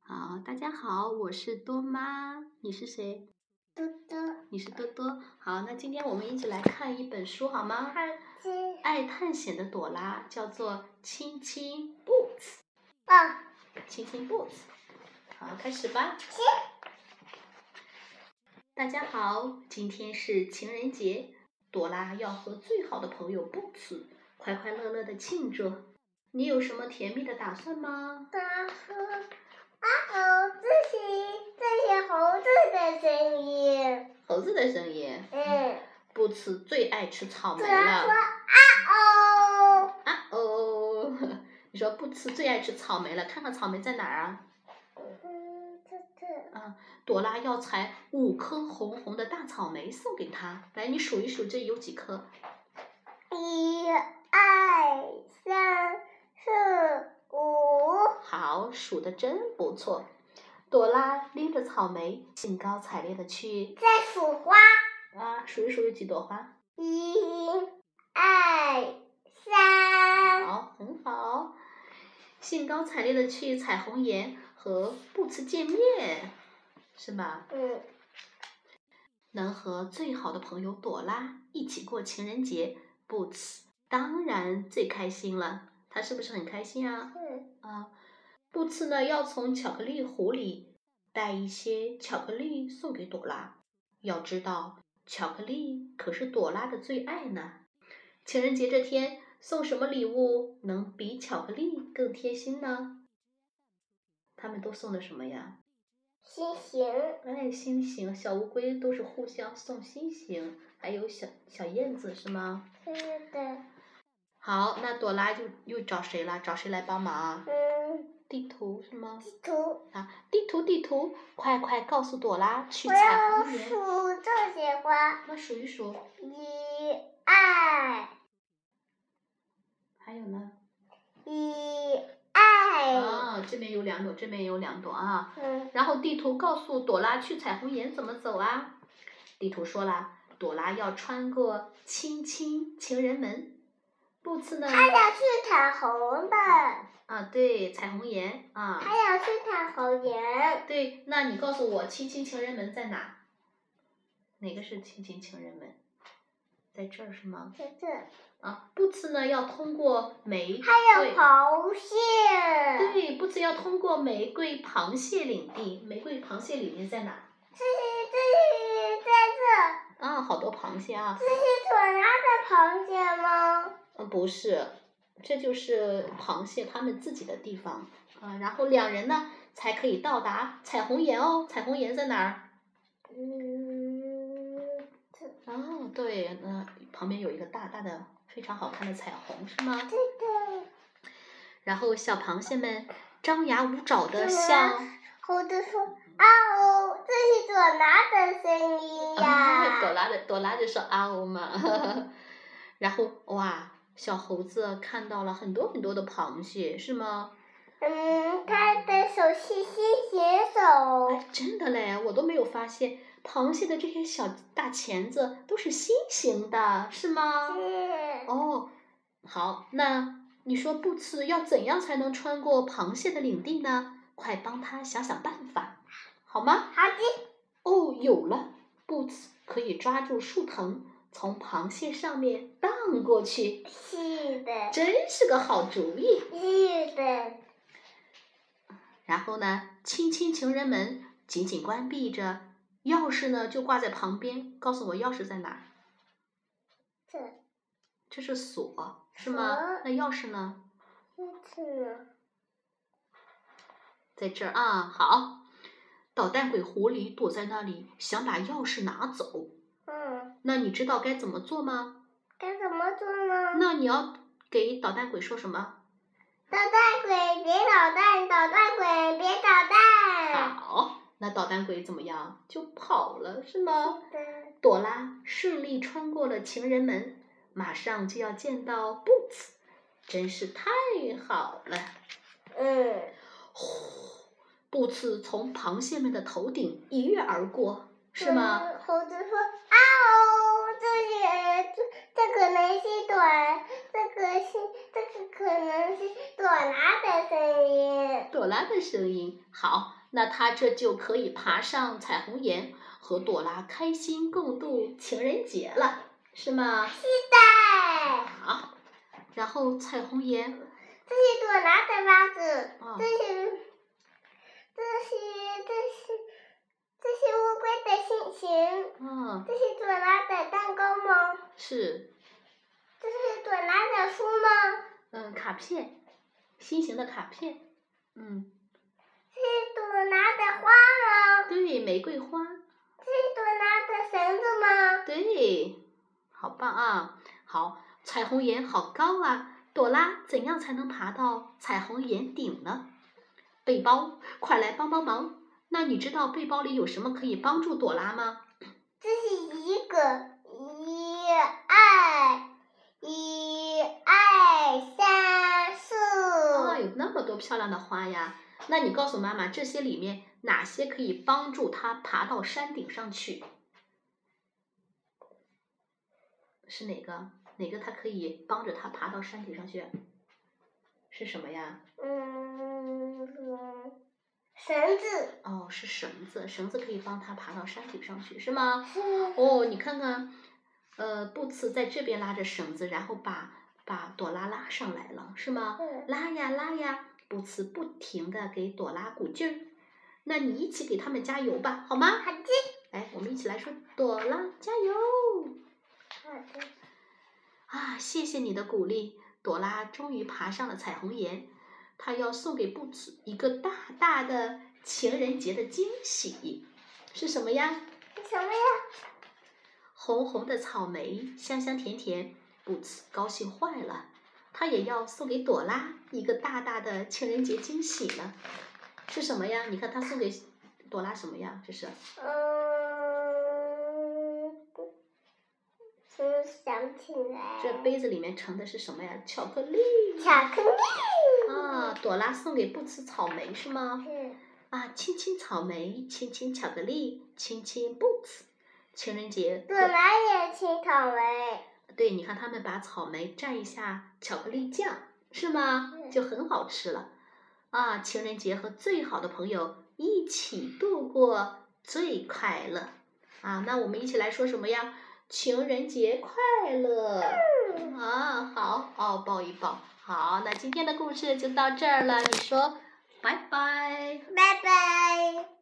好，大家好，我是多妈，你是谁？嘟嘟，你是多多。好，那今天我们一起来看一本书好吗？好吃爱探险的朵拉叫做亲亲棒，亲亲 Boots。好，开始吧。吃大家好，今天是情人节，朵拉要和最好的朋友 Boots 快快乐乐的庆祝。你有什么甜蜜的打算吗？大叔，啊哦，这是这是猴子的声音，猴子的声音。嗯， Boots 最爱吃草莓对啊，说了。啊哦，啊哦， 你说 Boots 最爱吃草莓了，看看草莓在哪儿啊？嗯，这这，朵拉要采五颗红红的大草莓送给他。来，你数一数这有几颗？一二三四五，好，数的真不错。朵拉拎着草莓，兴高采烈的去再数花，啊，数一数有几朵花？一二三，好，很好。兴高采烈的去彩虹岩和布茨见面，是吧？嗯，能和最好的朋友朵拉一起过情人节，布茨当然最开心了。他是不是很开心啊？嗯，啊，布茨呢要从巧克力壶里带一些巧克力送给朵拉。要知道，巧克力可是朵拉的最爱呢。情人节这天送什么礼物能比巧克力更贴心呢？他们都送的什么呀？心形。哎，心形小乌龟都是互相送心形，还有小小燕子是吗？是的，好，那朵拉就又找谁了？找谁来帮忙啊？嗯，地图是吗？地图，啊，地图地图，快快告诉朵拉去我彩要虹园。数这些花，那数一数，一、二、还有呢？一、二，啊，这边有两朵，这边有两朵啊。嗯，然后地图告诉朵拉去彩虹岩怎么走啊？地图说了，朵拉要穿过亲亲情人门。布茨呢？还想去彩虹的，啊，对，彩虹岩啊，还想去彩虹岩，对。那你告诉我，亲亲情人门在哪？哪个是亲亲情人门？在这儿是吗？是的，啊，布茨呢要通过玫瑰，还有螃蟹，对，布茨要通过玫瑰螃蟹领地。玫瑰螃蟹领地在哪？这是这是在这，啊，好多螃蟹啊。这是朵拉的螃蟹吗？嗯，不是，这就是螃蟹它们自己的地方啊。然后两人呢才可以到达彩虹岩哦。彩虹岩在哪儿？嗯，这哦，对，那旁边有一个大大的、非常好看的彩虹，是吗？这个然后小螃蟹们张牙舞爪的向，猴子说：“啊哦，这是朵拉的声音啊朵呀！”拉的朵拉就说啊哦嘛， 然后哇，小猴子看到了很多很多的螃蟹，是吗？嗯，他的手是新写手哎，，真的嘞，我都没有发现，螃蟹的这些小大钳子都是心形的，是吗？嗯，哦，好，那你说布茨要怎样才能穿过螃蟹的领地呢？快帮他想想办法，好吗？好的，哦，有了，布茨可以抓住树藤，从螃蟹上面荡过去，是的，真是个好主意。是的，然后呢，亲亲情人门紧紧关闭着，钥匙呢就挂在旁边。告诉我钥匙在哪儿？这这是锁是吗锁？那钥匙呢？这呢？在这儿啊。好，捣蛋鬼狐狸躲在那里，想把钥匙拿走。嗯，那你知道该怎么做吗？该怎么做呢？那你要给捣蛋鬼说什么？捣蛋鬼，别捣蛋！捣蛋鬼，别捣蛋！好，那捣蛋鬼怎么样？就跑了是吗？是的，朵拉顺利穿过了情人门，马上就要见到 Boots，真是太好了。嗯， Boots 从螃蟹们的头顶一跃而过，是吗？嗯？猴子说：“啊哦，这也这这可能是短，这个是这个可能是朵拉的声音。朵拉的声音。好，那他这就可以爬上彩虹岩，和朵拉开心共度情人节了，是吗？对，好。然后彩虹岩，这是朵拉的袜子，哦这是这是这是这是乌龟的心情，嗯，这是朵拉的蛋糕吗？是，这是朵拉的书吗？嗯，卡片，心形的卡片。嗯，这是朵拉的花吗？对，玫瑰花，这是朵拉的绳子吗？对，好棒啊！好，彩虹岩好高啊！朵拉，怎样才能爬到彩虹岩顶呢？背包，快来帮帮忙！那你知道背包里有什么可以帮助朵拉吗？这是一个一二一二三四，哇、啊有那么多漂亮的花呀！那你告诉妈妈，这些里面哪些可以帮助她爬到山顶上去？是哪个？哪个它可以帮着她爬到山顶上去？是什么呀？嗯，嗯绳子哦，是绳子，绳子可以帮她爬到山顶上去，是吗？是哦，你看看，呃，布茨在这边拉着绳子，然后把把朵拉拉上来了，是吗？嗯拉呀拉呀，布茨不停的给朵拉鼓劲儿。那你一起给他们加油吧，好吗？好的，来，我们一起来说朵拉加油好的，啊！谢谢你的鼓励，朵拉终于爬上了彩虹岩，她要送给布茨一个大大的情人节的惊喜，是什么呀？是什么呀？红红的草莓，香香甜甜，布茨高兴坏了，他也要送给朵拉一个大大的情人节惊喜呢。是什么呀？你看他送给朵拉什么呀？这是呃嗯，嗯，想起来，这杯子里面盛的是什么呀？巧克力巧克力，啊！朵拉送给布茨草莓是吗？是啊，亲亲草莓，亲亲巧克力，亲亲布茨。情人节朵拉也亲草莓，对，你看他们把草莓蘸一下巧克力酱，是吗？嗯就很好吃了。啊，情人节和最好的朋友一起度过最快乐。啊，那我们一起来说什么呀？情人节快乐！啊，好，哦，抱一抱。好，那今天的故事就到这儿了。你说，拜拜。拜拜。